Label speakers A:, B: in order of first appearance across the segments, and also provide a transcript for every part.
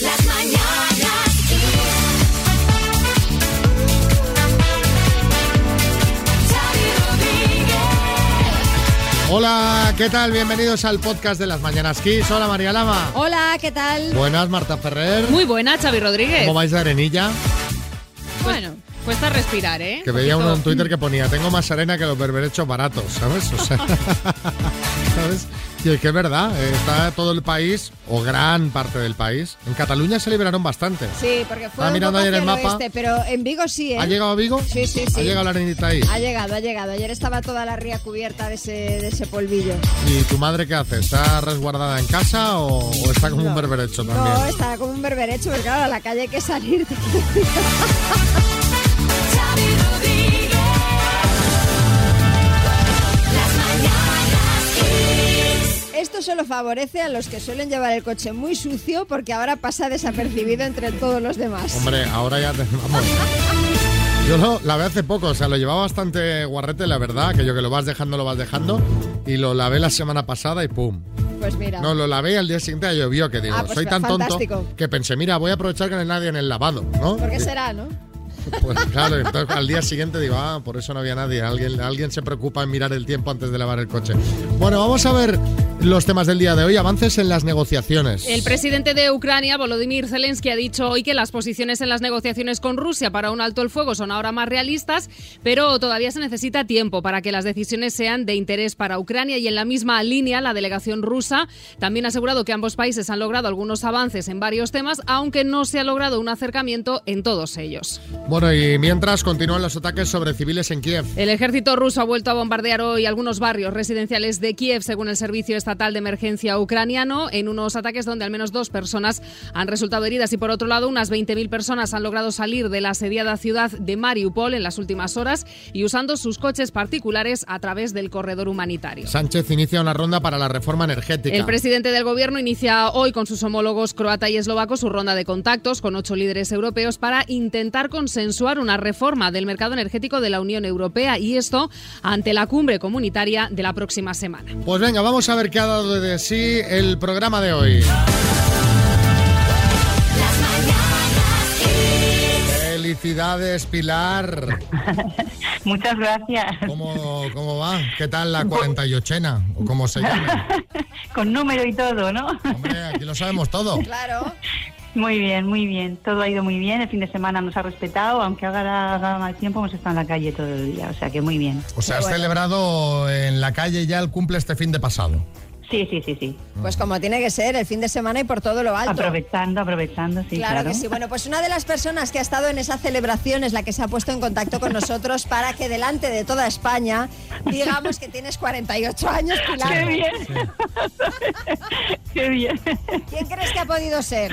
A: Las mañanas Kiss. Xavi Rodríguez.
B: Hola, ¿qué tal? Bienvenidos al podcast de las Mañanas Kiss. Hola, María Lama.
C: Hola, ¿qué tal?
B: Buenas, Marta Ferrer.
D: Muy buena, Xavi Rodríguez.
B: ¿Cómo vais de arenilla?
D: Bueno, cuesta respirar, ¿eh?
B: Que veía
D: Un
B: uno en
D: poquito.
B: Twitter que ponía, tengo más arena que los berberechos baratos, ¿sabes? O sea, ¿sabes? Y es que es verdad, eh, está todo el país, o gran parte del país. En Cataluña se liberaron bastante.
C: Sí, porque
B: Estaba
C: fue un
B: mirando
C: poco
B: ayer el
C: hacia
B: mapa.
C: oeste, pero en Vigo sí, ¿eh?
B: ¿Ha llegado a Vigo?
C: Sí, sí, sí. Ah.
B: Ha llegado la arenita ahí.
C: Ha llegado, ha llegado. Ayer estaba toda la ría cubierta de ese, de ese polvillo.
B: ¿Y tu madre qué hace? ¿Está resguardada en casa o, o está como un berberecho también?
C: No, estaba como un berberecho, porque claro, a la calle hay que salir.
A: Xavi Rodríguez. Las mañanas Kiss.
C: Esto solo favorece a los que suelen llevar el coche muy sucio, porque ahora pasa desapercibido entre todos los demás.
B: Hombre, ahora ya te- vamos. Yo lo lavé hace poco, o sea, lo llevaba bastante guarrete, la verdad, que yo que lo vas dejando, lo vas dejando, y lo lavé la semana pasada y ¡pum!
C: Pues mira.
B: No, lo lavé y al día siguiente ya llovió, que digo,
C: Ah, pues
B: soy tan
C: fantástico.
B: tonto que pensé, mira, voy a aprovechar que no hay nadie en el lavado, ¿no?
C: ¿Por qué
B: Y-
C: será, no?
B: Pues claro, entonces al día siguiente digo, ah, por eso no había nadie, alguien, alguien se preocupa en mirar el tiempo antes de lavar el coche. Bueno, vamos a ver los temas del día de hoy, avances en las negociaciones.
D: El presidente de Ucrania, Volodymyr Zelensky, ha dicho hoy que las posiciones en las negociaciones con Rusia para un alto el fuego son ahora más realistas, pero todavía se necesita tiempo para que las decisiones sean de interés para Ucrania. Y en la misma línea, la delegación rusa también ha asegurado que ambos países han logrado algunos avances en varios temas, aunque no se ha logrado un acercamiento en todos ellos.
B: Bueno, y mientras continúan los ataques sobre civiles en Kiev.
D: El ejército ruso ha vuelto a bombardear hoy algunos barrios residenciales de Kiev, según el Servicio Estatal de Emergencia ucraniano, en unos ataques donde al menos dos personas han resultado heridas y, por otro lado, unas 20.000 personas han logrado salir de la asediada ciudad de Mariupol en las últimas horas y usando sus coches particulares a través del corredor humanitario.
B: Sánchez inicia una ronda para la reforma energética.
D: El presidente del gobierno inicia hoy con sus homólogos croata y eslovaco su ronda de contactos con ocho líderes europeos para intentar consensuar una reforma del mercado energético de la Unión Europea y esto ante la cumbre comunitaria de la próxima semana.
B: Pues venga, vamos a ver qué ha dado de sí el programa de hoy.
A: Las mañanas Kiss.
B: Felicidades, Pilar.
E: Muchas gracias.
B: ¿Cómo, cómo va? ¿Qué tal la 48 ¿O cómo se llama?
E: Con número y todo, ¿no?
B: Hombre, aquí lo sabemos todo.
C: Claro.
E: Muy bien, muy bien. Todo ha ido muy bien. El fin de semana nos ha respetado, aunque ahora haga mal tiempo, hemos estado en la calle todo el día. O sea que muy bien.
B: O sea, has celebrado en la calle ya el cumple este fin de pasado.
E: Sí, sí, sí, sí.
C: Pues como tiene que ser, el fin de semana y por todo lo alto.
E: Aprovechando, aprovechando, sí,
C: Claro,
E: claro.
C: que sí. Bueno, pues una de las personas que ha estado en esa celebración es la que se ha puesto en contacto con nosotros para que delante de toda España digamos que tienes 48 años,
E: ¡Qué
C: Pilar.
E: bien! ¡Qué bien!
C: ¿Quién crees que ha podido ser?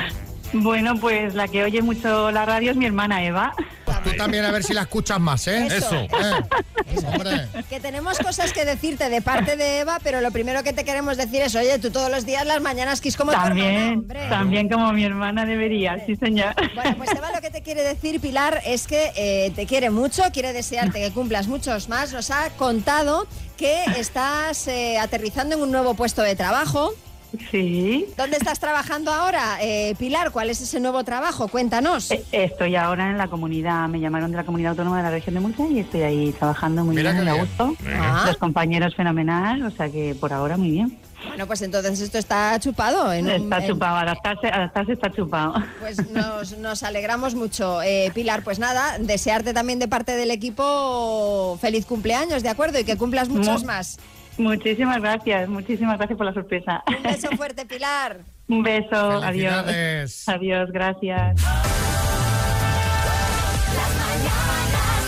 E: Bueno, pues la que oye mucho la radio es mi hermana Eva.
B: Pues tú también a ver si la escuchas más, ¿eh?
C: Eso.
B: Eh, Hombre,
C: Que tenemos cosas que decirte de parte de Eva, pero lo primero que te queremos decir es, oye, tú todos los días las mañanas quis como tu hermana,
E: También,
C: hombre.
E: también como mi hermana debería, sí señor.
C: Bueno, pues Eva lo que te quiere decir, Pilar, es que eh, te quiere mucho, quiere desearte que cumplas muchos más. Nos ha contado que estás eh, aterrizando en un nuevo puesto de trabajo. pues
E: Sí.
C: ¿Dónde estás trabajando ahora, eh, Pilar? ¿Cuál es ese nuevo trabajo? Cuéntanos.
E: Eh, Estoy ahora en la comunidad, me llamaron de la comunidad autónoma de la región de Murcia y estoy ahí trabajando muy
B: Mira
E: bien,
B: qué
E: muy a
B: bien.
E: gusto.
C: Ah.
E: Los compañeros fenomenal, o sea que por ahora muy bien.
C: Bueno, pues entonces esto está chupado. en un-
E: Está
C: en-
E: chupado, adaptarse, adaptarse está chupado.
C: Pues nos, nos alegramos mucho, eh, Pilar. Pues nada, desearte también de parte del equipo feliz cumpleaños, ¿de acuerdo? Y que cumplas muchos
E: Mu-
C: más.
E: Muchísimas gracias, muchísimas gracias por la sorpresa.
C: Un beso fuerte, Pilar.
E: Un beso, Oh, adiós.
B: felicidades.
E: Adiós, gracias.
A: Las mañanas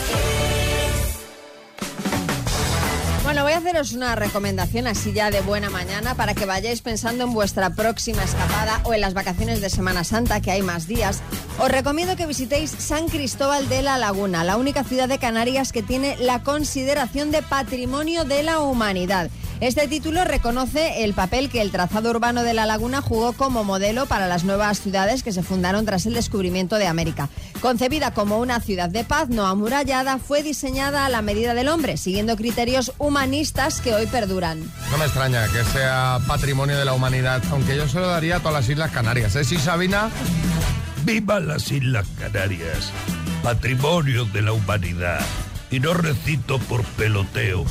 A: Kiss.
C: Bueno, voy a haceros una recomendación así ya de buena mañana para que vayáis pensando en vuestra próxima escapada o en las vacaciones de Semana Santa, que hay más días. Os recomiendo que visitéis San Cristóbal de la Laguna, la única ciudad de Canarias que tiene la consideración de Patrimonio de la Humanidad. Este título reconoce el papel que el trazado urbano de la laguna jugó como modelo para las nuevas ciudades que se fundaron tras el descubrimiento de América. Concebida como una ciudad de paz no amurallada, fue diseñada a la medida del hombre, siguiendo criterios humanistas que hoy perduran.
B: No me extraña que sea patrimonio de la humanidad, aunque yo se lo daría a todas las Islas Canarias. ¿Eh, sí, Sabina?
F: Viva las Islas Canarias, patrimonio de la humanidad. Y no recito por peloteo,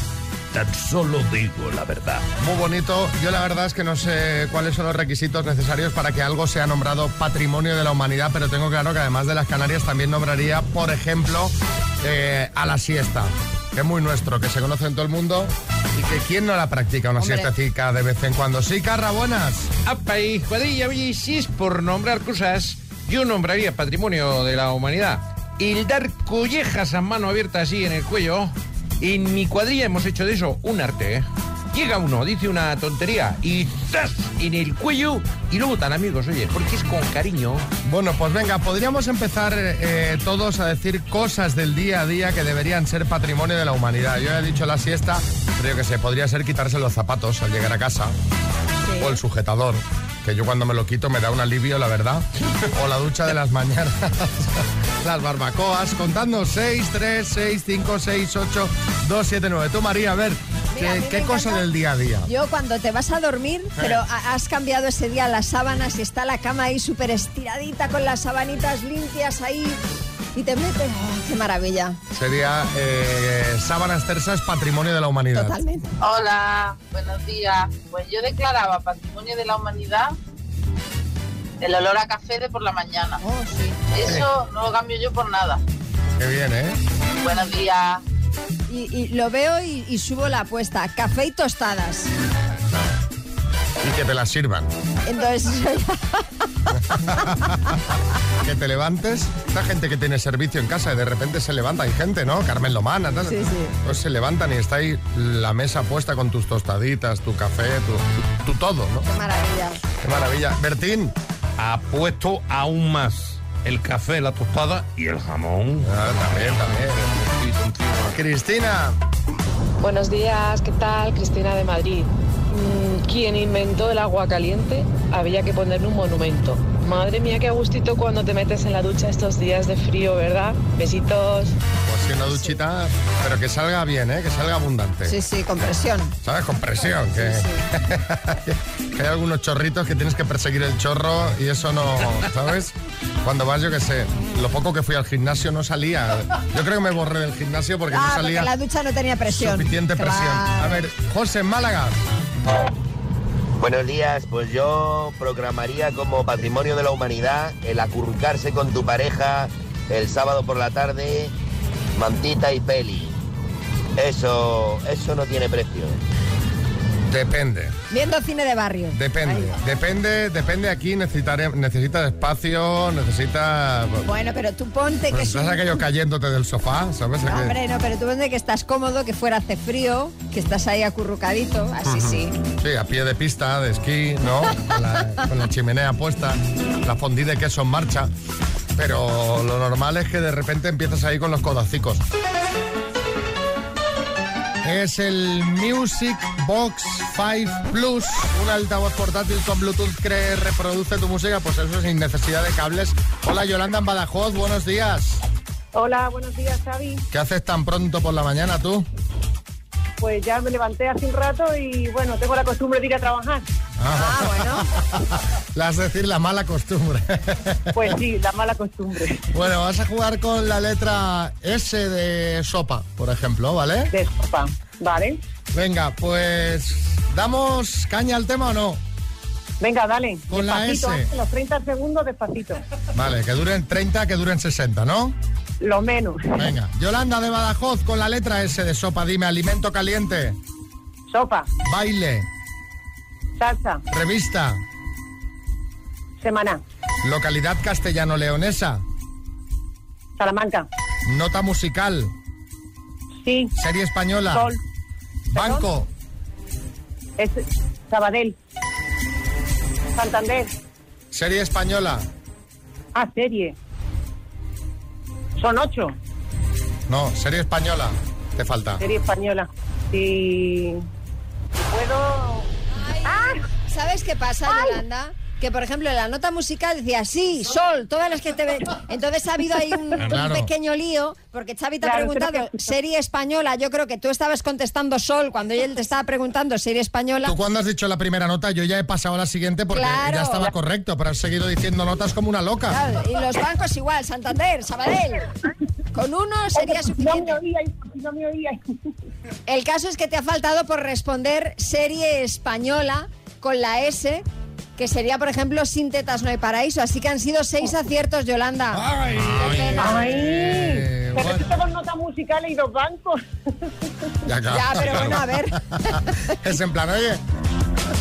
F: tan solo digo la verdad.
B: Muy bonito. Yo la verdad es que no sé cuáles son los requisitos necesarios para que algo sea nombrado patrimonio de la humanidad, pero tengo claro que además de las Canarias también nombraría, por ejemplo, eh, a la siesta, que es muy nuestro, que se conoce en todo el mundo y que quién no la practica una
C: Hombre.
B: siestecica de vez en cuando. Sí, Carrabuenas.
G: Apa, y cuadrilla, oye, y si es por nombrar cosas, yo nombraría patrimonio de la humanidad. El dar collejas a mano abierta así en el cuello. En mi cuadrilla hemos hecho de eso un arte. ¿eh? Llega uno, dice una tontería y ¡zas! en el cuello y luego tan amigos, oye, porque es con cariño.
B: Bueno, pues venga, podríamos empezar eh, todos a decir cosas del día a día que deberían ser patrimonio de la humanidad. Yo ya he dicho la siesta, creo que se podría ser quitarse los zapatos al llegar a casa o el sujetador, que yo cuando me lo quito me da un alivio, la verdad. O la ducha de las mañanas, las barbacoas, contando 6, 3, 6, 5, 6, 8, 2, 7, 9. Tú, María, a ver,
C: Mira, a
B: ¿qué,
C: mí me
B: qué cosa
C: encanta-
B: del día a día?
C: Yo cuando te vas a dormir, pero ha- has cambiado ese día las sábanas y está la cama ahí súper estiradita con las sabanitas limpias ahí y te metes. ¡Oh, ¡Qué maravilla!
B: Sería eh, sábanas tersas, patrimonio de la humanidad.
C: Totalmente.
H: Hola, buenos días. Pues yo declaraba patrimonio de la humanidad el olor a café de por la mañana.
C: Oh, sí.
H: Eso no lo cambio yo por nada.
B: Qué bien, ¿eh?
H: Buenos días.
C: Y, y lo veo y, y subo la apuesta. Café y tostadas.
B: Y que te las sirvan.
C: Entonces yo ya-
B: que te levantes. Esta gente que tiene servicio en casa y de repente se levanta. Hay gente, ¿no? Carmen Lomana, tal.
C: Sí, sí.
B: Pues se levantan y está ahí la mesa puesta con tus tostaditas, tu café, tu, tu- tu todo, ¿no?
C: ¡Qué maravilla!
B: Qué maravilla. Bertín.
F: Apuesto aún más el café, la tostada y el jamón.
B: Ah, también, también. Cristina.
I: Buenos días, ¿qué tal? Cristina de Madrid. Mm, Quien inventó el agua caliente había que ponerle un monumento. Madre mía, qué a gustito cuando te metes en la ducha estos días de frío, ¿verdad? Besitos.
B: Pues sí, una duchita, pero que salga bien, ¿eh? Que salga abundante.
C: Sí, sí, con presión.
B: ¿Sabes? Con presión. Que... que hay algunos chorritos que tienes que perseguir el chorro y eso no, ¿sabes? Cuando vas, yo qué sé, lo poco que fui al gimnasio no salía. Yo creo que me borré del gimnasio porque
C: Ah,
B: no
C: porque
B: salía
C: la ducha no tenía presión.
B: suficiente presión.
C: Claro.
B: A ver, José en Málaga.
J: Buenos días, pues yo programaría como patrimonio de la humanidad el acurrucarse con tu pareja el sábado por la tarde, mantita y peli. Eso, eso no tiene precio. ¿eh?
B: Depende,
C: Viendo cine de barrio.
B: depende,
C: Ahí.
B: depende, depende. Aquí necesitaré, necesitas espacio, necesitas.
C: Bueno, pero tú ponte que
B: Pues
C: es
B: estás
C: un-
B: aquello cayéndote del sofá, ¿sabes?
C: No,
B: Aquello-
C: hombre, no, pero tú ponte que estás cómodo, que fuera hace frío, que estás ahí acurrucadito, así sí.
B: Sí, a pie de pista, de esquí, ¿no? Con la, con la chimenea puesta, la fondí de queso en marcha. Pero lo normal es que de repente empiezas ahí con los codacicos. Es el Music Box 5 Plus, un altavoz portátil con Bluetooth que reproduce tu música, pues eso sin necesidad de cables. Hola Yolanda en Badajoz, buenos días.
I: Hola, buenos días, Xavi.
B: ¿Qué haces tan pronto por la mañana tú?
I: Pues ya me levanté hace un rato y bueno, tengo la costumbre de ir a trabajar.
C: Ah, bueno.
B: Las decir la mala costumbre.
I: Pues sí, la mala costumbre.
B: Bueno, vas a jugar con la letra S de sopa, por ejemplo, ¿vale?
I: De sopa, ¿vale?
B: Venga, pues damos caña al tema o no?
I: Venga, dale.
B: Con la
I: despacito,
B: S.
I: hazte los 30 segundos despacito.
B: Vale, que duren 30, que duren 60, ¿no?
I: Lo menos.
B: Venga, Yolanda de Badajoz con la letra S de sopa, dime alimento caliente,
I: Sopa,
B: baile,
I: salsa,
B: revista,
I: semana,
B: localidad castellano-leonesa,
I: Salamanca.
B: nota musical,
I: Sí,
B: serie española,
I: Sol.
B: banco,
I: es Sabadell. Santander.
B: serie española,
I: Ah, serie. Son ocho.
B: no, serie española, te falta.
I: Serie española. Sí.
K: puedo...
C: ¿Sabes qué pasa, Yolanda? Que, por ejemplo, en la nota musical decía, sí, sol, todas las que te ven. Entonces ha habido ahí un, un
B: Claro.
C: pequeño lío, porque Xavi te ha
K: Claro,
C: preguntado
K: creo que-
C: serie española. Yo creo que tú estabas contestando sol cuando él te estaba preguntando serie española.
B: Tú cuando has dicho la primera nota, yo ya he pasado a la siguiente porque
C: Claro.
B: ya estaba correcto, pero has seguido diciendo notas como una loca.
C: Claro, Y los bancos igual, Santander, Sabadell. Con uno sería
K: pues, No me
C: suficiente.
K: oíais, pues, no me oíais.
C: El caso es que te ha faltado por responder serie española con la S, que sería, por ejemplo, Sin tetas no hay paraíso. Así que han sido seis aciertos, Yolanda.
K: Ah.
B: Ay,
K: Ay,
B: eh,
K: pero
B: bueno.
K: es que con notas musicales y dos bancos.
B: Ya, claro,
C: Ya, pero bueno, a ver.
B: es en plan, oye.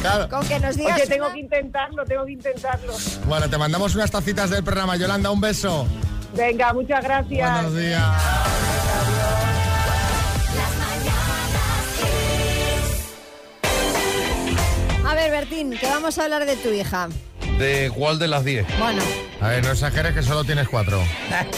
B: Claro.
C: Con que nos digas.
K: Oye, tengo
C: una-
K: que intentarlo, tengo que intentarlo.
B: Bueno, te mandamos unas tacitas del programa. Yolanda, un beso.
K: Venga, muchas gracias.
B: Buenos días.
C: A ver, Bertín, que vamos a hablar de tu hija.
G: ¿De cuál de las 10?
C: Bueno,
B: A ver, no exageres que solo tienes cuatro.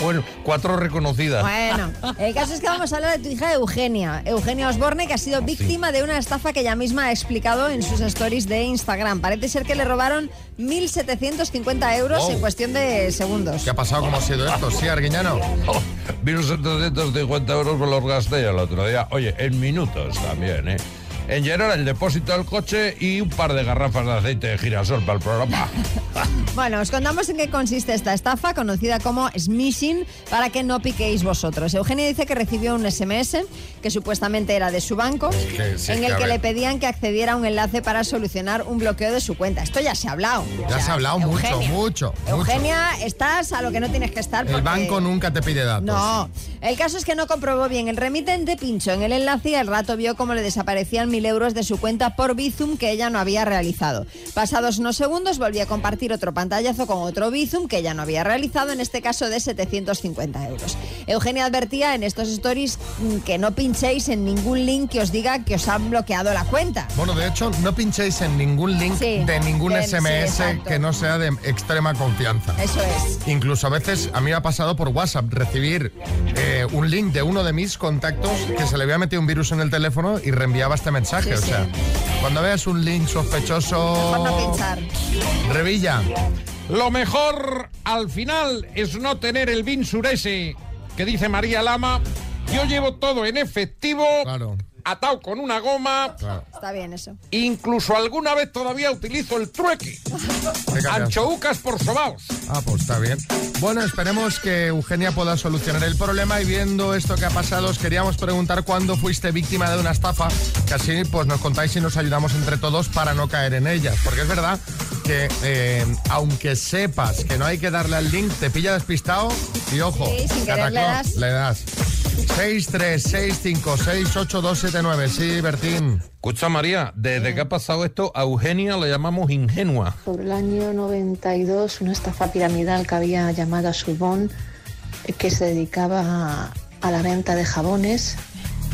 G: Bueno, cuatro reconocidas.
C: bueno. El caso es que vamos a hablar de tu hija Eugenia. Eugenia Osborne, que ha sido víctima de una estafa que ella misma ha explicado en sus stories de Instagram. Parece ser que le robaron 1.750 euros
B: Wow.
C: en cuestión de segundos.
B: ¿Qué ha pasado? ¿Cómo ha sido esto? ¿Sí, Arguiñano?
G: Oh, 1.750 euros me los gasté yo el otro día. Oye, en minutos también, ¿eh? En Gerona el depósito del coche y un par de garrafas de aceite de girasol para el programa.
C: Bueno, os contamos en qué consiste esta estafa, conocida como smishing, para que no piquéis vosotros. Eugenia dice que recibió un SMS, que supuestamente era de su banco,
B: que sí,
C: en
B: que
C: el
B: a
C: que
B: ver.
C: le pedían que accediera a un enlace para solucionar un bloqueo de su cuenta. Esto ya se ha hablado. O
B: Ya
C: sea,
B: se ha hablado mucho,
C: Eugenia.
B: mucho, mucho.
C: Eugenia, estás a lo que no tienes que estar.
B: El
C: porque-
B: banco nunca te pide datos.
C: no, el caso es que no comprobó bien. El remitente pinchó en el enlace y al rato vio cómo le desaparecían mil euros de su cuenta por Bizum que ella no había realizado. Pasados unos segundos volvió a compartir otro pantallazo con otro Bizum que ella no había realizado, en este caso de 750 euros. Eugenia advertía en estos stories mm, que no pinchéis en ningún link que os diga que os han bloqueado la cuenta.
B: Bueno, de hecho, no pinchéis en ningún link
C: Sí,
B: de ningún
C: de- sí,
B: SMS
C: exacto.
B: que no sea de extrema confianza.
C: Eso es.
B: Incluso a veces a mí me ha pasado por WhatsApp recibir eh, un link de uno de mis contactos que se le había metido un virus en el teléfono y reenviaba este mensaje.
C: Sí,
B: o
C: sí.
B: sea, cuando veas un link sospechoso...
C: Mejor no pinchar.
B: Revilla.
G: Lo mejor al final es no tener el BIN surese, que dice María Lama. Yo llevo todo en efectivo,
B: Claro.
G: atado con una goma,
B: Claro.
C: Está bien eso.
G: incluso alguna vez todavía utilizo el trueque. Ah,
B: Qué cambiado.
G: Anchoucas por sobaos.
B: Ah, pues está bien. Bueno, esperemos que Eugenia pueda solucionar el problema y viendo esto que ha pasado os queríamos preguntar cuándo fuiste víctima de una estafa, que así pues nos contáis y nos ayudamos entre todos para no caer en ellas, porque es verdad que eh, aunque sepas que no hay que darle al link, te pilla despistado y ojo,
C: Sí, sin querer le das.
B: le das. 636568279, sí, Bertín.
G: Escucha, María, desde que ha pasado esto, a Eugenia le llamamos ingenua.
I: Por el año 92, una estafa piramidal que había llamada Subón, eh, que se dedicaba a, a la venta de jabones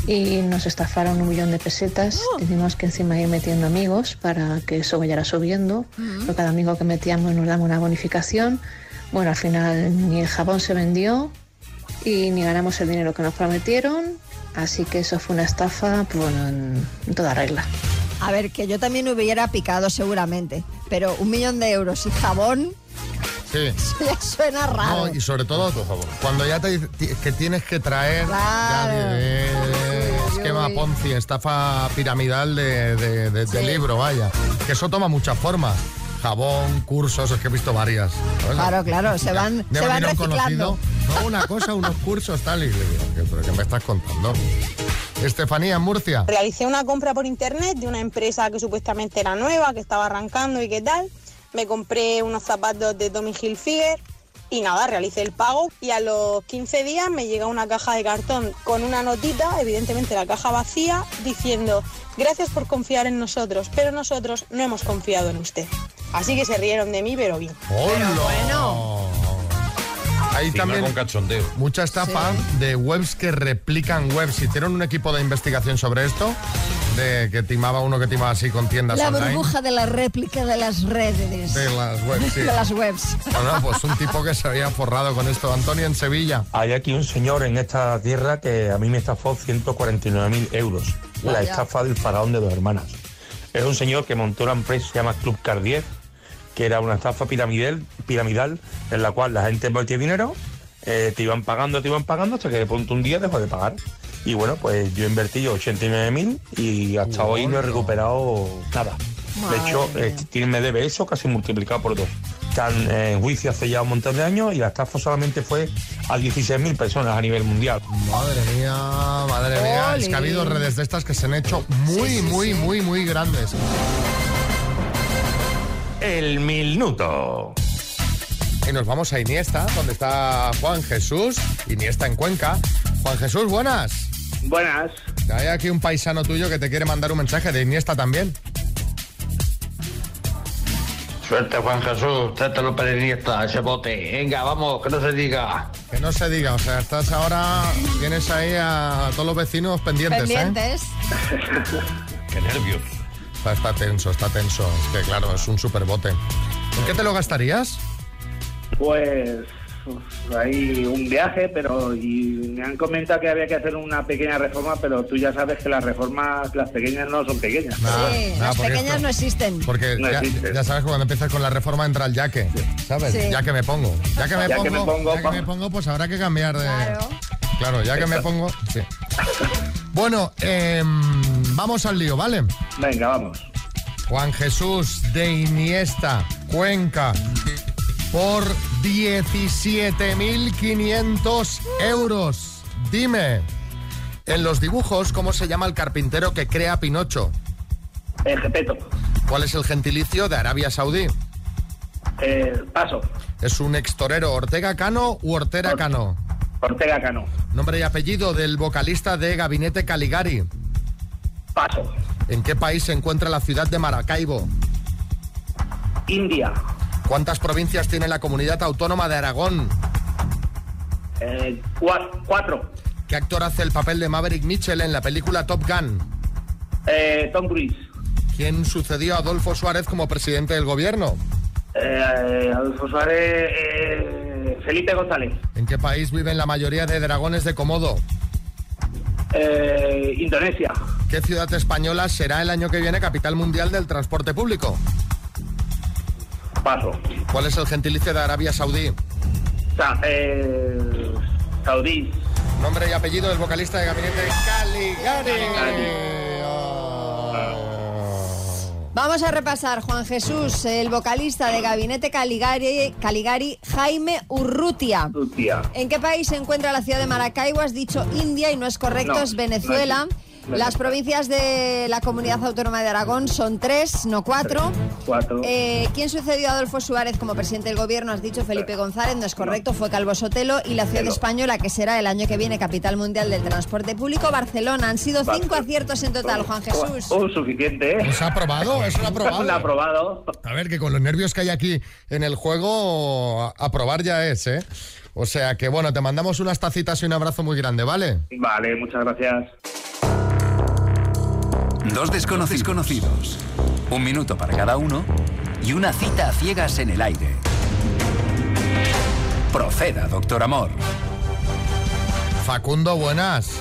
I: y nos estafaron un millón de pesetas. Tuvimos que encima ir metiendo amigos para que eso vayara subiendo. Por cada amigo que metíamos nos daban una bonificación. Bueno, al final ni el jabón se vendió y ni ganamos el dinero que nos prometieron. Así que eso fue una estafa pues, bueno, en- en toda regla.
C: A ver, que yo también hubiera picado seguramente, pero un millón de euros y jabón
B: Sí.
C: ya suena
B: No,
C: raro.
B: y sobre todo, cuando ya te dice que tienes que traer
C: Claro.
B: ya de- de- de- esquema Ponzi, estafa piramidal de, de- de- de libro, vaya. Que eso toma muchas formas. Jabón, cursos, es que he visto varias. ¿sabes?
C: Claro, claro, se van-
B: De
C: se
B: un
C: van reciclando.
B: conocido, no, una cosa, unos cursos, tal, y le digo, "¿Qué- ¿pero qué me estás contando? Estefanía, en Murcia.
I: Realicé una compra por internet de una empresa que supuestamente era nueva, que estaba arrancando y qué tal. Me compré unos zapatos de Tommy Hilfiger y nada, realicé el pago y a los 15 días me llega una caja de cartón con una notita, evidentemente la caja vacía, diciendo gracias por confiar en nosotros, pero nosotros no hemos confiado en usted. Así que se rieron de mí, pero bien.
B: ¡Hola!
C: bueno.
B: Ahí también...
G: cachondeo.
B: Mucha estafa de webs que replican webs. Hicieron un equipo de investigación sobre esto, de que timaba uno que timaba así con tiendas
C: La
B: online.
C: burbuja de la réplica de las redes.
B: De las webs, sí.
C: De las webs.
B: Bueno, pues un tipo que se había forrado con esto. Antonio en Sevilla.
L: Hay aquí un señor en esta tierra que a mí me estafó 149.000 euros.
C: Vaya.
L: La estafa del faraón de dos hermanas. Es un señor que montó una empresa que se llama Club Cardier, que era una estafa piramidal, piramidal en la cual la gente metía dinero, eh, te iban pagando, te iban pagando, hasta que de pronto un día dejó de pagar. Y bueno, pues yo invertí yo 89.000 y hasta hoy no he recuperado nada.
M: Madre
L: de hecho, eh, tiene- me debe eso casi multiplicado por dos. Están eh, en juicio hace ya un montón de años y la estafa solamente fue a 16.000 personas a nivel mundial.
B: Madre mía, madre mía. Es que ha habido redes de estas que se han hecho muy, muy, muy, muy grandes.
L: El minuto.
B: Y nos vamos a Iniesta, donde está Juan Jesús. Iniesta en Cuenca. Juan Jesús, buenas.
N: Buenas.
B: Hay aquí un paisano tuyo que te quiere mandar un mensaje de Iniesta también.
O: Suerte, Juan Jesús. Tétalo para Iniesta, ese bote. Venga, vamos, que no se diga.
B: Que no se diga, o sea, estás ahora, tienes ahí a todos los vecinos pendientes,
C: Pendientes.
B: ¿eh? Qué nervios. Está, está tenso, está tenso. Es que claro, es un superbote. ¿En qué te lo gastarías?
N: Pues uf, hay un viaje, pero y me han comentado que había que hacer una pequeña reforma, pero tú ya sabes que las reformas, las pequeñas no son pequeñas.
C: Sí,
B: nada,
C: las
B: porque
C: pequeñas
B: esto-
C: no existen.
B: Porque
N: No
B: ya,
N: existe.
B: ya sabes que cuando empiezas con la reforma entra el yaque, ¿sabes?
C: Sí.
B: Ya que me pongo. Ya que me
N: Ya
B: pongo,
N: que me pongo,
B: ya que
N: pa-
B: me pongo, pues habrá que cambiar de... Claro, ya que me pongo... sí. Bueno, em, vamos al lío, ¿vale?
N: Venga, vamos.
B: Juan Jesús de Iniesta, Cuenca, por 17.500 euros. Dime, en los dibujos, ¿cómo se llama el carpintero que crea a Pinocho?
N: El Gepeto.
B: ¿Cuál es el gentilicio de Arabia Saudí?
N: eh, paso.
B: ¿Es un extorero Ortega Cano u Ortera Cano?
N: Ortega Cano.
B: Nombre y apellido del vocalista de Gabinete Caligari.
N: Paso.
B: ¿En qué país se encuentra la ciudad de Maracaibo?
N: India.
B: ¿Cuántas provincias tiene la comunidad autónoma de Aragón?
N: Eh, cua- cuatro.
B: ¿Qué actor hace el papel de Maverick Mitchell en la película Top Gun?
N: Eh, Tom Cruise.
B: ¿Quién sucedió a Adolfo Suárez como presidente del gobierno?
N: Eh, Adolfo Suárez. eh, Felipe González.
B: ¿En qué país viven la mayoría de dragones de Komodo?
N: Eh, Indonesia.
B: ¿Qué ciudad española será el año que viene capital mundial del transporte público?
N: Paso.
B: ¿Cuál es el gentilicio de Arabia Saudí?
N: Sa- eh, Saudí.
B: Nombre y apellido del vocalista de Gabinete Caligari.
C: Vamos a repasar, Juan Jesús, el vocalista de Gabinete Caligari, Caligari Jaime Urrutia.
N: Hostia.
C: ¿En qué país se encuentra la ciudad de Maracaibo? Has dicho India y no es correcto,
N: No,
C: es Venezuela.
N: no es- no es-
C: Las provincias de la Comunidad Autónoma de Aragón son tres, no cuatro.
N: Cuatro.
C: Eh, ¿Quién sucedió a Adolfo Suárez como presidente del gobierno? Has dicho Felipe González, no es correcto, fue Calvo Sotelo. Y la ciudad
N: Sotelo.
C: española, que será el año que viene capital mundial del transporte público, Barcelona. Han sido cinco aciertos en total, Juan Jesús.
N: Un Oh, suficiente, ¿eh?
B: ¿Se ha aprobado? ¿Eso lo ha aprobado?
N: Lo ha aprobado.
B: A ver, que con los nervios que hay aquí en el juego, a- aprobar ya es, ¿eh? O sea que, bueno, te mandamos unas tacitas y un abrazo muy grande, ¿vale?
N: Vale, muchas gracias.
P: Dos desconocidos conocidos. Un minuto para cada uno y una cita a ciegas en el aire. Proceda, doctor Amor.
B: Facundo, buenas.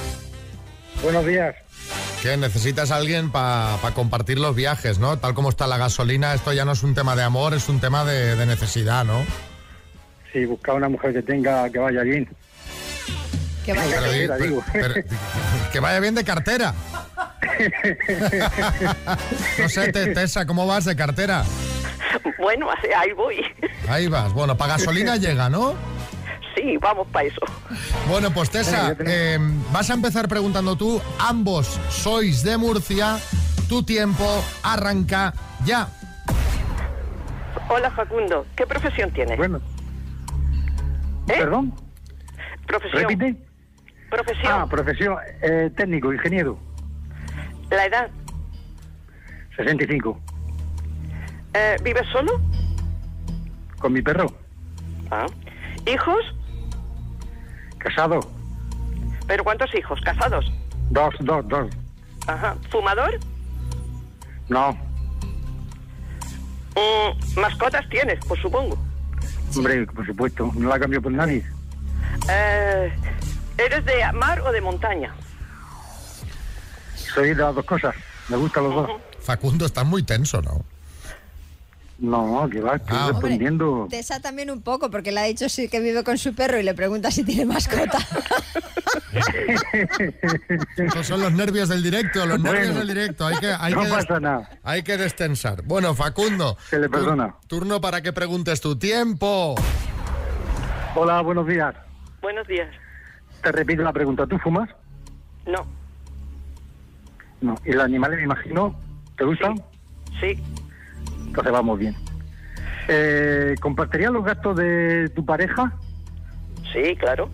Q: Buenos días.
B: Que necesitas a alguien para compartir los viajes, ¿no? Tal como está la gasolina, esto ya no es un tema de amor, es un tema de, de necesidad, ¿no?
Q: Sí, buscar una mujer que tenga, que vaya bien.
C: Que
B: vaya bien. Que vaya bien de cartera. No sé, Te- Tessa, ¿cómo vas de cartera?
R: Bueno, así- ahí voy.
B: Ahí vas. Bueno, para gasolina llega, ¿no?
R: Sí, vamos para eso.
B: Bueno, pues Tessa, eh, vas a empezar preguntando tú. Ambos sois de Murcia. Tu tiempo arranca ya.
R: Hola Facundo, ¿qué profesión tienes?
Q: Bueno. ¿Perdón?
R: Profesión.
Q: ¿Repite?
R: Profesión.
Q: Ah, profesión eh, técnico, ingeniero,
R: La edad.
Q: 65.
R: Eh, ¿Vives solo?
Q: Con mi perro,
R: Ah. ¿Hijos?
Q: casado.
R: ¿Pero cuántos hijos? ¿Casados?
Q: Dos, dos, dos.
R: Ajá. ¿Fumador?
Q: No,
R: Mm, ¿Mascotas tienes? Pues supongo.
Q: hombre, por supuesto, no la cambio por nadie.
R: Eh, ¿Eres de mar o de montaña?
Q: Soy de las dos cosas, me gustan los dos.
B: Facundo, estás muy tenso, ¿no?
Q: No, que va, estoy
N: oh,
B: Ah. Hombre.
Q: respondiendo.
C: Tessa también un poco, porque le ha dicho sí que vive con su perro y le pregunta si tiene mascota.
B: Estos son los nervios del directo, los
Q: Bueno.
B: nervios del directo. Hay que, hay
Q: No
B: que des-
Q: pasa nada.
B: Hay que destensar. Bueno, Facundo.
Q: Se le
B: tur-
Q: perdona.
B: Turno para que preguntes tu tiempo.
Q: Hola, buenos días.
R: Buenos días.
Q: Te repito la pregunta, ¿tú fumas?
R: No,
Q: No. ¿Y los animales, me imagino, te gustan?
R: sí,
Q: Entonces vamos bien. Eh, ¿Compartirías los gastos de tu pareja?
R: sí, claro.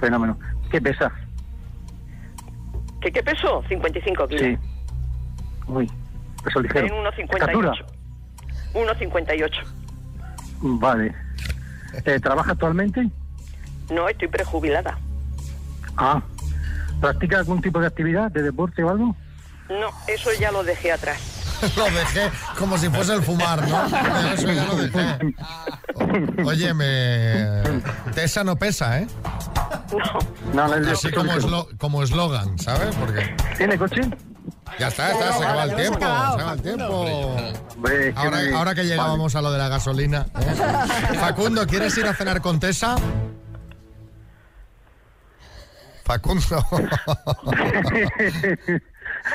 Q: Fenómeno. ¿Qué pesas?
R: ¿Qué, qué peso? 55 kilos.
Q: Sí. Uy, peso ligero.
R: En
Q: ¿Estatura?
R: 1,58. 1,58.
Q: Vale. Eh, ¿Trabajas actualmente?
R: No, estoy prejubilada.
Q: Ah. ¿Practicas algún tipo de actividad, de deporte o algo?
R: No, eso ya lo dejé atrás.
B: lo dejé como si fuese el fumar, ¿no? Pero eso ya lo dejé. O- Oye, me... Tessa no pesa, ¿eh?
Q: No, no,
B: Así
Q: no,
B: como,
Q: no.
B: eslo- como eslogan, ¿sabes? Porque
Q: ¿Tiene coche?
B: ya está, ya está, se acaba el tiempo. Se acaba el tiempo.
Q: Hombre,
B: Ahora,
Q: me-
B: ahora que llegábamos a lo de la gasolina. ¿eh? Facundo, ¿quieres ir a cenar con Tessa? Facundo.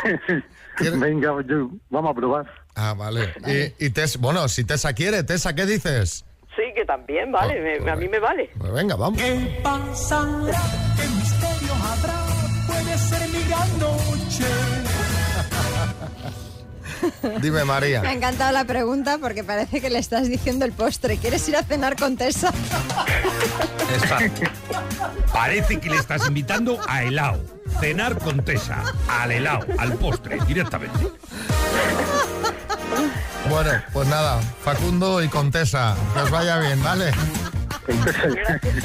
Q: Venga, yo- vamos a probar.
B: Ah, vale. Y, y Tess, bueno, si Tessa quiere, Tessa, ¿qué dices?
R: Sí, que también, vale, me- a mí me vale.
B: Pues venga, vamos.
A: Sandra, ¿qué misterio habrá? Puede ser mi gran noche.
B: Dime, María.
C: Me ha encantado la pregunta porque parece que le estás diciendo el postre. ¿Quieres ir a cenar con Tessa?
F: Está. Parece que le estás invitando a helado. Cenar con Tesa, al helado, al postre, directamente.
B: Bueno, pues nada, Facundo y Contesa, que os vaya bien, ¿vale?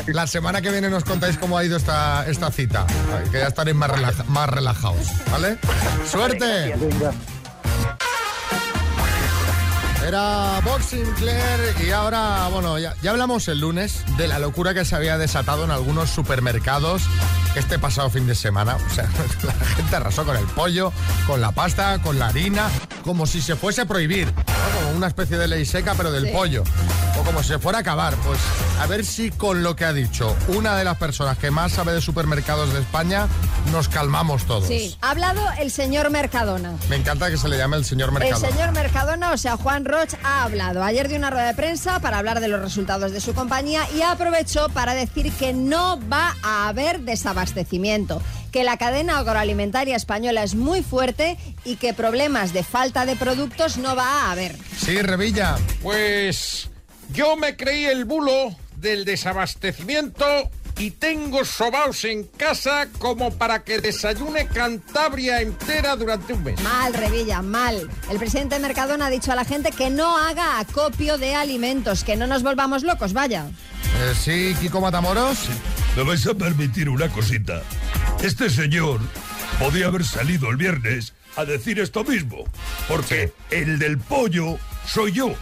B: La semana que viene nos contáis cómo ha ido esta, esta cita, que ya estaréis más, relaja- más relajados, ¿vale? ¡Suerte! Era Bob Sinclair y ahora, bueno, ya, ya hablamos el lunes de la locura que se había desatado en algunos supermercados este pasado fin de semana. O sea, la gente arrasó con el pollo, con la pasta, con la harina, como si se fuese a prohibir, ¿no? como una especie de ley seca pero del
M: Sí.
B: pollo, o como si se fuera a acabar. Pues a ver si con lo que ha dicho una de las personas que más sabe de supermercados de España, nos calmamos todos.
C: Sí. Ha hablado el señor Mercadona.
B: Me encanta que se le llame el señor Mercado.
C: El señor Mercadona, o sea, Juan Roch, ha hablado ayer de una rueda de prensa para hablar de los resultados de su compañía y aprovechó para decir que no va a haber desabastecimiento, que la cadena agroalimentaria española es muy fuerte y que problemas de falta de productos no va a haber.
B: Sí, Revilla.
G: Pues yo me creí el bulo del desabastecimiento y tengo sobaos en casa como para que desayune Cantabria entera durante un mes.
C: Mal, Revilla, mal. El presidente Mercadona ha dicho a la gente que no haga acopio de alimentos, que no nos volvamos locos, vaya.
B: Eh, sí, Kiko Matamoros.
F: Me vais a permitir una cosita. Este señor podía haber salido el viernes a decir esto mismo, porque el del pollo soy yo,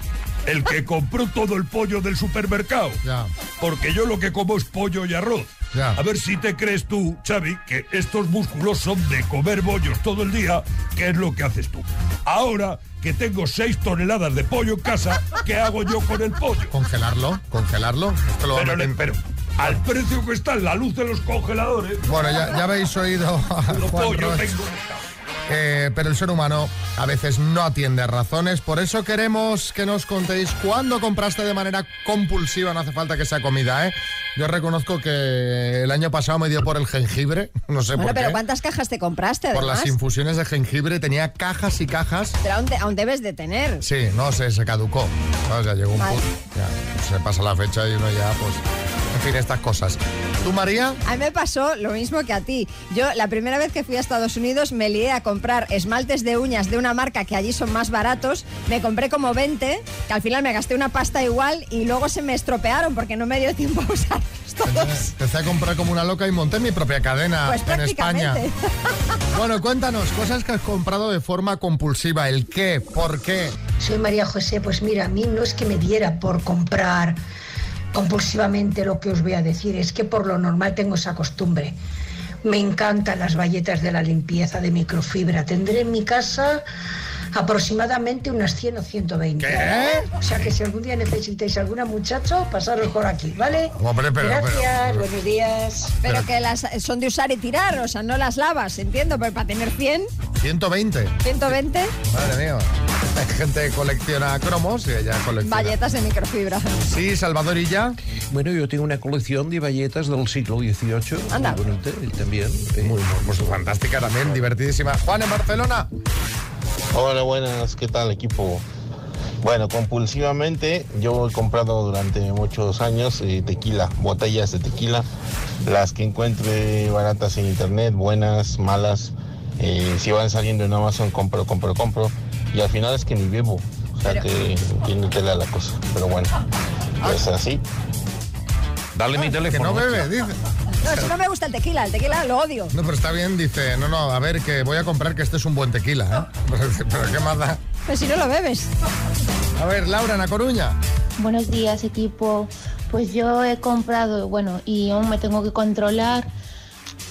F: el que compró todo el pollo del supermercado.
B: Ya.
F: Porque yo lo que como es pollo y arroz.
B: Ya.
F: A ver si te crees tú, Xavi, que estos músculos son de comer bollos todo el día, que es lo que haces tú. Ahora que tengo seis toneladas de pollo en casa, ¿qué hago yo con el pollo?
B: Congelarlo, congelarlo. Esto lo
F: pero, le- pero al precio que está la luz de los congeladores.
B: Bueno, ya, ya habéis oído a
F: Los
B: Ah, Juan
F: pollos
B: Roig.
F: tengo.
B: Eh, pero el ser humano a veces no atiende a razones, por eso queremos que nos contéis cuándo compraste de manera compulsiva, no hace falta que sea comida, ¿eh? Yo reconozco que el año pasado me dio por el jengibre, no sé
C: bueno,
B: por
C: pero
B: qué.
C: ¿cuántas cajas te compraste
B: Por
C: además?
B: las infusiones de jengibre tenía cajas y cajas.
C: Pero aún, te- aún debes de tener.
B: Sí, no sé, se caducó. ¿sabes? Ya llegó un
C: Vale.
B: punto. Ya se pasa la fecha y uno ya, pues. En fin, estas cosas. ¿Tú, María?
C: A mí me pasó lo mismo que a ti. Yo la primera vez que fui a Estados Unidos me lié a comprar esmaltes de uñas de una marca que allí son más baratos. Me compré como 20, que al final me gasté una pasta igual y luego se me estropearon porque no me dio tiempo a usar.
B: Pues Empecé a comprar como una loca y monté mi propia cadena
C: Pues
B: en España.
C: prácticamente.
B: Bueno, cuéntanos, cosas que has comprado de forma compulsiva. ¿El qué? ¿Por qué?
S: Soy María José, pues mira, a mí no es que me diera por comprar compulsivamente lo que os voy a decir, es que por lo normal tengo esa costumbre. Me encantan las bayetas de la limpieza de microfibra. Tendré en mi casa aproximadamente unas 100 o 120. O sea que si algún día necesitáis alguna muchacho, pasaros por aquí, ¿vale?
B: Hombre, pero- pero-
S: Gracias,
B: pero-
S: buenos días.
C: Pero que las son de usar y tirar, o sea, no las lavas, entiendo, pero para tener 100,
B: 120.
C: 120
B: Madre mía. Hay gente que colecciona cromos y ella colecciona.
C: valletas de microfibra.
B: Sí, Salvador y ya.
G: Bueno, yo tengo una colección de bayetas del siglo XVIII.
C: Anda.
G: Muy bonita, y también. eh,
B: Muy, fantástica también, divertidísima. Juan en Barcelona.
M: Hola, buenas, ¿qué tal equipo? Bueno, compulsivamente yo he comprado durante muchos años eh, tequila, botellas de tequila, las que encuentre baratas en internet, buenas, malas, eh, si van saliendo en Amazon compro, compro, compro, y al final es que ni bebo, o sea que tiene tela la cosa, pero bueno,
T: Ah.
M: pues así.
G: Dale mi
B: Que no bebe, dice.
C: No, si no me gusta el tequila, el tequila lo odio.
B: No, pero está bien, dice. No, no, a ver, que voy a comprar que este es un buen tequila, ¿eh? Pero, pero qué más da.
C: Pero si no lo bebes.
B: A ver, Laura, en A Coruña.
U: Buenos días, equipo. Pues yo he comprado, bueno, y aún me tengo que controlar.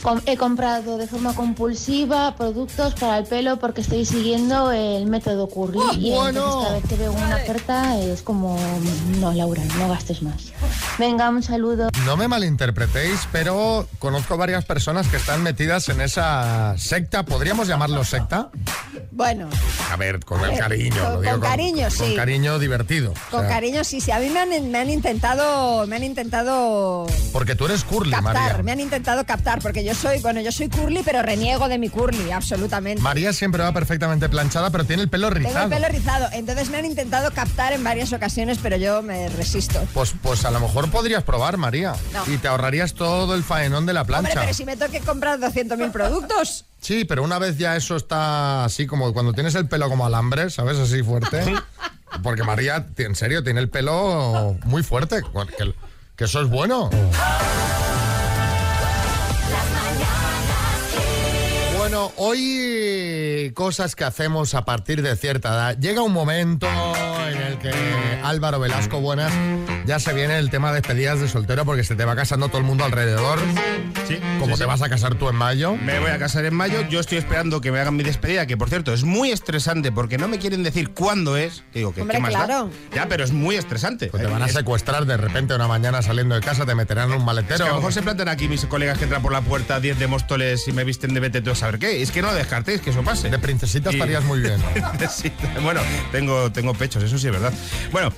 U: Com- he comprado de forma compulsiva productos para el pelo porque estoy siguiendo el método Curry.
B: ¡Ah,
U: y
B: bueno!
U: entonces cada vez que veo una oferta es como, no, Laura, no gastes más. Venga, un saludo.
B: No me malinterpretéis, pero conozco varias personas que están metidas en esa secta. ¿Podríamos llamarlo secta?
C: Bueno,
B: A ver, con el
C: Eh,
B: cariño.
C: con-
B: lo digo
C: con cariño, sí.
B: Con cariño divertido. o
C: con
B: sea,
C: cariño, sí, sí. A mí me han, me han intentado, me han intentado
B: Porque tú eres curly,
C: captar,
B: María.
C: me han intentado captar, porque yo soy, bueno, yo soy curly, pero reniego de mi curly, absolutamente.
B: María siempre va perfectamente planchada, pero tiene el pelo
C: Tengo el
B: rizado.
C: pelo rizado, entonces me han intentado captar en varias ocasiones, pero yo me resisto.
B: Pues, pues a lo mejor podrías probar, María.
C: No.
B: Y te ahorrarías todo el faenón de la plancha.
C: Hombre, pero si me tengo que comprar 200.000 productos.
B: Sí, pero una vez ya eso está así como cuando tienes el pelo como alambre, ¿sabes? Así fuerte. Porque María, ti- en serio, tiene el pelo muy fuerte. Que, que eso es bueno. Bueno, hoy cosas que hacemos a partir de cierta edad. Llega un momento en el que Álvaro Velasco, buenas, ya se viene el tema de despedidas de soltero porque se te va casando todo el mundo alrededor. Sí. Como te vas a casar tú en mayo.
T: Me voy a casar en mayo, yo estoy esperando que me hagan mi despedida, que por cierto es muy estresante porque no me quieren decir cuándo es. Que digo, que
B: Hombre,
T: ¿qué más da?
B: claro.
T: Ya, pero es muy estresante.
B: Pues te van a secuestrar de repente una mañana saliendo de casa, te meterán en un maletero.
T: Es que a lo mejor se plantan aquí mis colegas que entran por la puerta 10 de Móstoles y me visten de vete tú a saber qué. Es que no descartéis que eso pase. De
B: princesita estarías muy bien.
T: bueno, tengo, tengo pechos, eso sí es verdad. Bueno,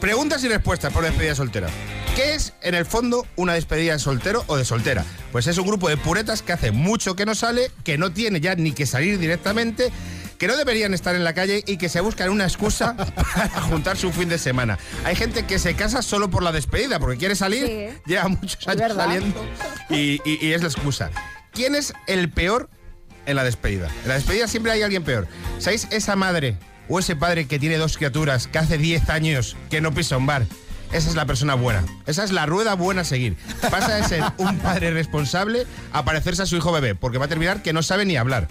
T: preguntas y respuestas por despedida soltera. ¿Qué es, en el fondo, una despedida de soltero o de soltera? Pues es un grupo de puretas que hace mucho que no sale, que no tiene ya ni que salir directamente, que no deberían estar en la calle y que se buscan una excusa para juntar su fin de semana. Hay gente que se casa solo por la despedida, porque quiere salir,
V: Sí.
T: lleva muchos años
V: verdad.
T: saliendo y, y- y es la excusa. ¿Quién es el peor en la despedida? En la despedida siempre hay alguien peor. ¿Sabéis esa madre o ese padre que tiene dos criaturas que hace 10 años que no pisa un bar? Esa es la persona buena. Esa es la rueda buena a seguir. Pasa de ser un padre responsable a parecerse a su hijo bebé, porque va a terminar que no sabe ni hablar.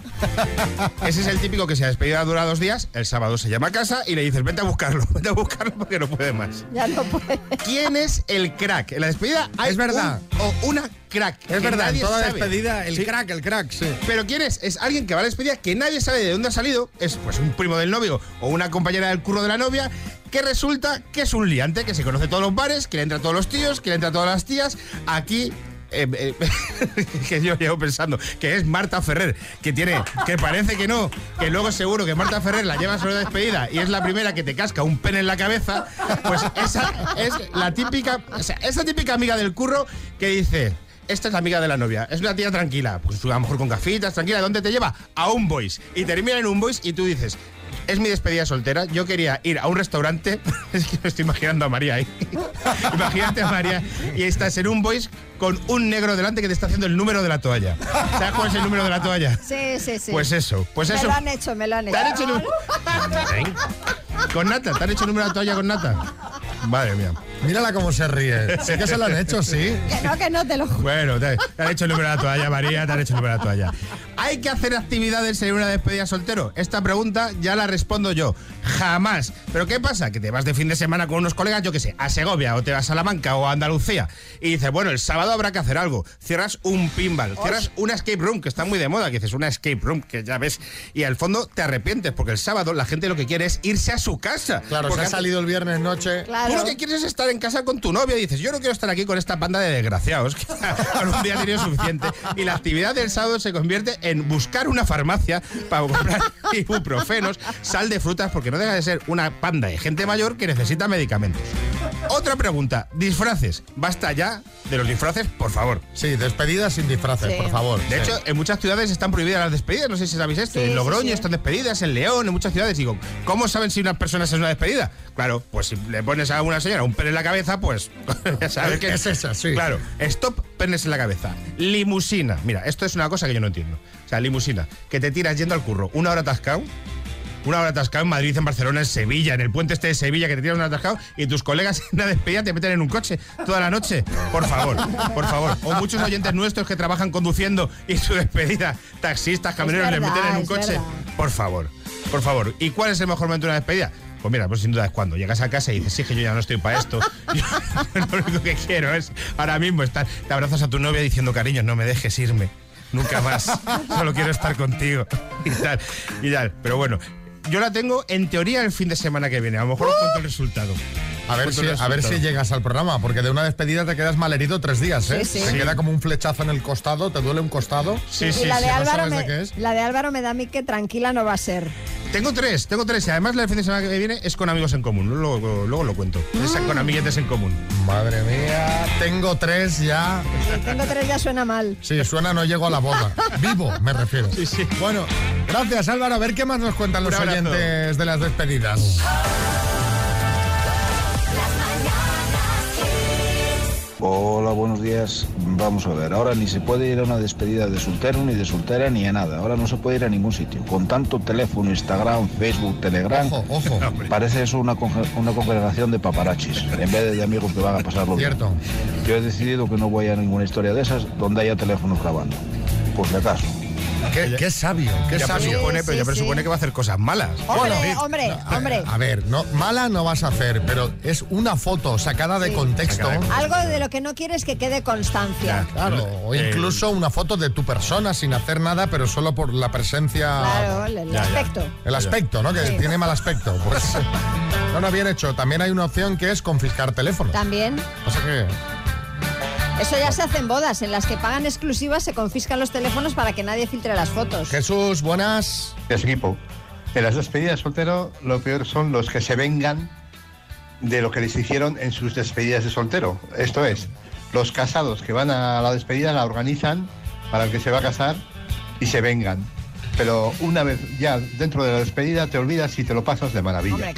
T: Ese es el típico que si la despedida dura dos días, el sábado se llama a casa y le dices, vete a buscarlo, vete a buscarlo porque no puede más.
C: Ya no puede.
T: ¿Quién es el crack? En la despedida hay
B: Es verdad.
T: un o una crack. que
B: verdad, en
T: nadie
B: toda
T: sabe.
B: despedida, el
T: Sí.
B: crack, el crack, sí.
T: Pero ¿quién es? Es alguien que va a la despedida que nadie sabe de dónde ha salido. Es pues un primo del novio o una compañera del curro de la novia que resulta que es un liante, que se conoce todos los bares, que le entra a todos los tíos, que le entra a todas las tías. Aquí... eh, eh, que yo llevo pensando que es Marta Ferrer que tiene que parece que no que luego seguro que Marta Ferrer la lleva sobre la despedida y es la primera que te casca un pene en la cabeza pues esa es la típica o sea, esa típica amiga del curro que dice esta es la amiga de la novia. Es una tía tranquila. Pues a lo mejor con gafitas, tranquila. ¿Dónde te lleva? A un boys. Y termina en un boys y tú dices. Es mi despedida soltera. Yo quería ir a un restaurante. Es que me estoy imaginando a María ahí. Imagínate a María. Y estás en un boys con un negro delante que te está haciendo el número de la toalla. ¿Sabes cuál es el número de la toalla?
C: Sí, sí, sí.
T: Pues eso, pues
C: me
T: eso.
C: lo han hecho, me lo han hecho.
T: ¿Te han hecho el- Con nata. ¿Te han hecho el número de la toalla con nata? Madre mía.
B: Mírala cómo se ríe. Sí que se lo han hecho, sí.
C: Que no, que no, te lo juro.
T: Bueno, te, te han hecho el número de la toalla, María, te han hecho el número de la toalla. ¿Hay que hacer actividades en una despedida soltero? Esta pregunta ya la respondo yo. Jamás. ¿Pero qué pasa? Que te vas de fin de semana con unos colegas, yo qué sé, a Segovia, o te vas a Salamanca o a Andalucía. Y dices, bueno, el sábado habrá que hacer algo. Cierras un pinball, cierras una escape room, que está muy de moda, que dices, una escape room, que ya ves. Y al fondo te arrepientes, porque el sábado la gente lo que quiere es irse a su casa.
B: Claro, se
T: porque
B: ha salido el viernes noche.
T: Tú lo que quieres es estar en casa con tu novia y dices, yo no quiero estar aquí con esta banda de desgraciados. que con un día ha tenido suficiente. Y la actividad del sábado se convierte en buscar una farmacia para comprar ibuprofenos, sal de frutas, porque no deja de ser una panda de gente mayor que necesita medicamentos. Otra pregunta, disfraces. Basta ya de los disfraces, por favor.
B: Sí, despedidas sin disfraces,
T: Sí.
B: por favor.
T: De hecho, en muchas ciudades están prohibidas las despedidas, no sé si sabéis esto.
B: Sí,
T: en
B: sí,
T: Logroño
B: sí.
T: están despedidas, en León, en muchas ciudades. Digo, ¿cómo saben si una persona es una despedida? Claro, pues si le pones a una señora un pene en la cabeza, pues ya sabes que
B: Es esa, sí.
T: Claro, stop penes en la cabeza. Limusina. Mira, esto es una cosa que yo no entiendo. O sea, limusina, que te tiras yendo al curro una hora atascado. Una hora atascado en Madrid, en Barcelona, en Sevilla, en el puente este de Sevilla, que te tiras un atascado y tus colegas en la despedida te meten en un coche toda la noche. Por favor, por favor. O muchos oyentes nuestros que trabajan conduciendo y su despedida, taxistas, camioneros,
B: verdad,
T: le meten en un
B: es
T: coche.
B: verdad.
T: Por favor, por favor. ¿Y cuál es el mejor momento de una despedida? Pues mira, pues sin duda es cuando llegas a casa y dices, sí, que yo ya no estoy para esto. Yo lo único que quiero es ahora mismo estar. Te abrazas a tu novia diciendo, cariño, no me dejes irme. Nunca más. Solo quiero estar contigo. Y tal, y tal. Pero bueno, yo la tengo en teoría el fin de semana que viene. A lo mejor os cuento el resultado. Pues
B: A ver,
T: Os
B: si,
T: cuento el
B: a ver si
T: resultado.
B: llegas al programa, porque de una despedida te quedas malherido tres días, ¿eh?
T: Sí, sí.
B: Te
T: Sí.
B: queda como un flechazo en el costado, te duele un costado.
C: y la, de
B: No
C: Álvaro
B: sabes
C: me,
B: de qué es.
C: la de Álvaro me da a mí que tranquila no va a ser.
T: Tengo tres, tengo tres. Y además la del fin de semana que viene es con amigos en común. Luego, luego lo cuento. Es con amiguetes en común.
B: Madre mía, tengo tres ya.
C: Tengo tres ya suena mal.
B: Sí, suena no llego a la boda. Vivo, me refiero. Bueno, gracias Álvaro. A ver qué más nos cuentan
T: Un
B: los
T: abrazo.
B: oyentes de las despedidas.
D: Hola, buenos días. Vamos a ver, ahora ni se puede ir a una despedida de soltero, ni de soltera, ni a nada. Ahora no se puede ir a ningún sitio. Con tanto teléfono, Instagram, Facebook, Telegram,
B: Ojo, ojo.
D: parece eso una, conge- una congregación de paparachis, en vez de amigos que van a pasarlo bien.
B: Cierto.
D: Yo he decidido que no voy a ninguna historia de esas donde haya teléfonos grabando, por si acaso.
B: Qué, qué sabio, qué
T: Ya
B: sabio.
T: presupone, pero ya presupone que va a hacer cosas malas.
C: Hombre,
B: Bueno,
C: hombre, hombre.
B: A ver, no, mala no vas a hacer, pero es una foto sacada de contexto.
C: Algo de lo que no quieres que quede constancia.
B: Claro, o incluso una foto de tu persona sin hacer nada, pero solo por la presencia.
G: Ah,
C: Claro, el- el Ya, ya. aspecto.
B: El aspecto, ¿no? Que
C: Sí.
B: tiene mal aspecto. Pues, no, no, bien hecho. También hay una opción que es confiscar teléfonos.
C: También.
B: O sea que.
C: Eso ya se hace en bodas, en las que pagan exclusivas se confiscan los teléfonos para que nadie filtre las fotos.
B: Jesús, buenas.
V: Es equipo. En las despedidas de soltero, lo peor son los que se vengan de lo que les hicieron en sus despedidas de soltero. Esto es, los casados que van a la despedida la organizan para el que se va a casar y se vengan. Pero una vez ya dentro de la despedida te olvidas y te lo pasas de maravilla.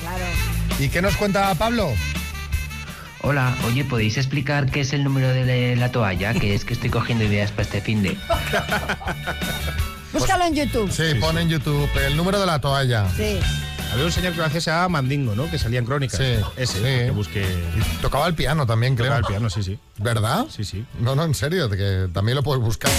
B: ¿Y qué nos cuenta Pablo?
W: Hola, oye, ¿podéis explicar qué es el número de la toalla? Que es que estoy cogiendo ideas para este fin de...
C: Búscalo en YouTube.
B: Sí, pon en YouTube el número de la toalla.
C: Sí.
T: Había un señor que lo hacía, se llamaba Mandingo, ¿no? Que salía en crónicas.
B: Sí.
T: Ese,
B: Sí.
T: que busque...
B: Tocaba el piano también, creo.
T: Tocaba el piano, sí, sí.
B: ¿Verdad? Sí, sí. No, no, en serio, que también lo puedes buscar.